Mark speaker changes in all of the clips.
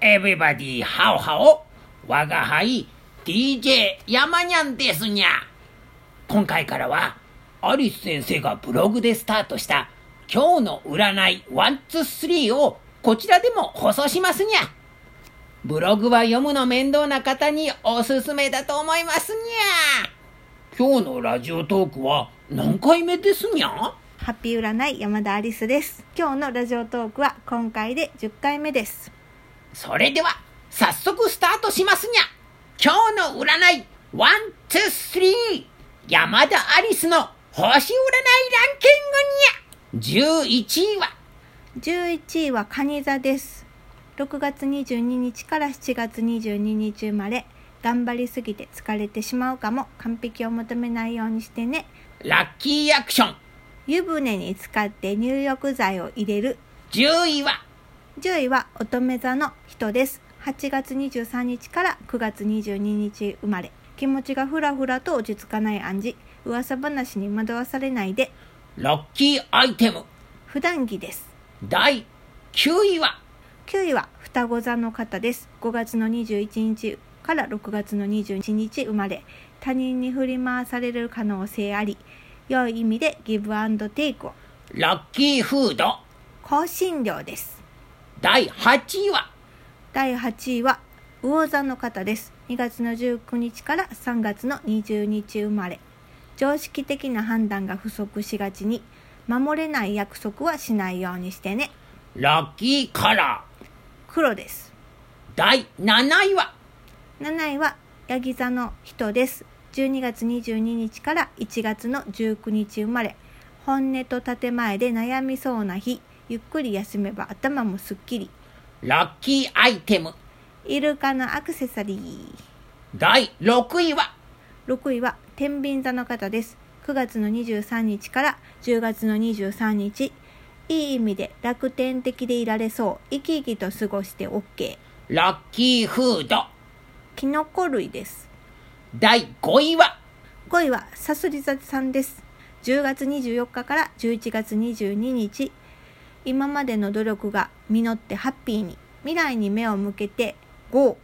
Speaker 1: エビバディハオハオ我が輩 DJ 山にゃんですにゃ今回からはアリス先生がブログでスタートした今日の占いワンツースリーをこちらでも放送しますにゃブログは読むの面倒な方におすすめだと思いますにゃ今日のラジオトークは何回目ですにゃ
Speaker 2: ハッピー占い山田アリスです。今日のラジオトークは今回で10回目です。
Speaker 1: それでは早速スタートしますにゃ今日の占いワンツースリー山田アリスの星占いランキングにゃ11位は
Speaker 2: 11位は蟹座です。6月22日から7月22日生まれ。頑張りすぎて疲れてしまうかも。完璧を求めないようにしてね。
Speaker 1: ラッキーアクション
Speaker 2: 湯船に浸かって入浴剤を入れる。
Speaker 1: 10位は
Speaker 2: 10位は乙女座の人です。8月23日から9月22日生まれ。気持ちがふらふらと落ち着かない暗示。噂話に惑わされないで。
Speaker 1: ラッキーアイテム
Speaker 2: 普段着です。
Speaker 1: 第9位は
Speaker 2: 9位は双子座の方です5月の21日から6月の21日生まれ他人に振り回される可能性あり良い意味でギブアンドテイクを
Speaker 1: ラッキーフード
Speaker 2: 香辛料です
Speaker 1: 第8位は
Speaker 2: 第8位は魚座の方です2月の19日から3月の20日生まれ常識的な判断が不足しがちに守れない約束はしないようにしてね
Speaker 1: ラッキーカラー
Speaker 2: 黒です
Speaker 1: 第7位は
Speaker 2: 7位はヤギ座の人です12月22日から1月の19日生まれ本音と建前で悩みそうな日ゆっくり休めば頭もすっきり
Speaker 1: ラッキーアイテム
Speaker 2: イルカのアクセサリー
Speaker 1: 第6位は
Speaker 2: 6位は天秤座の方です9月の23日から10月の23日いい意味で楽天的でいられそう生き生きと過ごして OK
Speaker 1: ラッキーフード
Speaker 2: キノコ類です
Speaker 1: 第5位は
Speaker 2: 5位はさすり座さんです10月24日から11月22日今までの努力が実ってハッピーに未来に目を向けて GO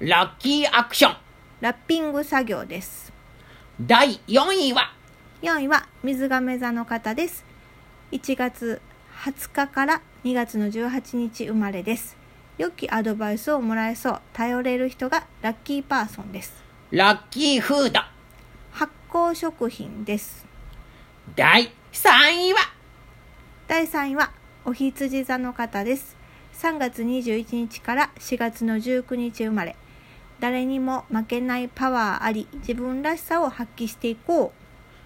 Speaker 1: ラッキーアクション
Speaker 2: ラッピング作業です
Speaker 1: 第4位は
Speaker 2: 4位は水亀座の方です1月20日から2月の18日生まれです良きアドバイスをもらえそう頼れる人がラッキーパーソンです
Speaker 1: ラッキーフード
Speaker 2: 発酵食品です
Speaker 1: 第3位は
Speaker 2: 第3位はお羊座の方です3月21日から4月の19日生まれ誰にも負けないパワーあり自分らしさを発揮していこ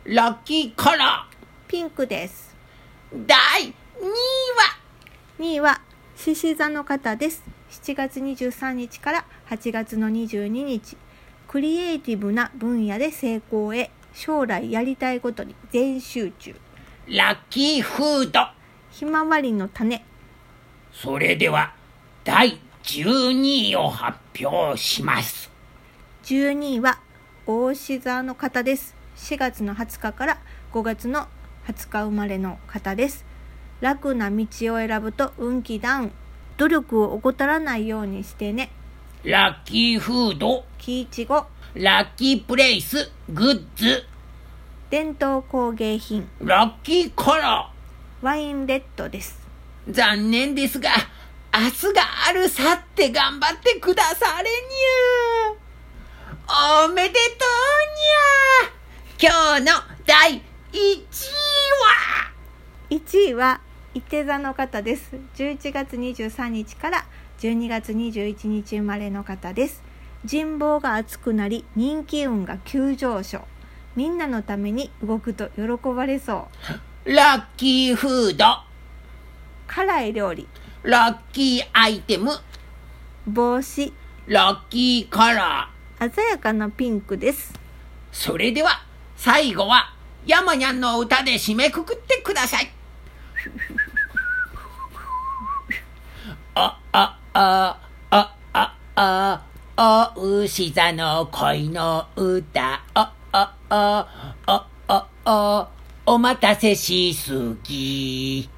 Speaker 2: う
Speaker 1: ラッキーカラ
Speaker 2: ピンクです
Speaker 1: ー第2位は
Speaker 2: 2位は獅子座の方です7月23日から8月の22日クリエイティブな分野で成功へ将来やりたいことに全集中
Speaker 1: ラッキーフード
Speaker 2: ひまわりの種
Speaker 1: それでは第12位を発表します
Speaker 2: 12位は大志座の方です4月の20日から5月の20日生まれの方です楽な道を選ぶと運気ダウン努力を怠らないようにしてね
Speaker 1: ラッキーフード
Speaker 2: 木いちご
Speaker 1: ラッキープレイスグッズ
Speaker 2: 伝統工芸品
Speaker 1: ラッキーカラ
Speaker 2: ワインレッドです
Speaker 1: ー残念ですが明日があるさって頑張ってくだされにゃおめでとうにゃ今日の第1位は
Speaker 2: 1位は伊手座の方です11月23日から12月21日生まれの方です人望が厚くなり人気運が急上昇みんなのために動くと喜ばれそう
Speaker 1: ラッキーフード
Speaker 2: 辛い料理
Speaker 1: ラッキーアイテム
Speaker 2: 帽子
Speaker 1: ラッキーカラー
Speaker 2: 鮮やかなピンクです
Speaker 1: それでは最後は山にゃんの歌で締めくくってください。あああああああお牛座の恋の歌ああああああお待たせしすぎ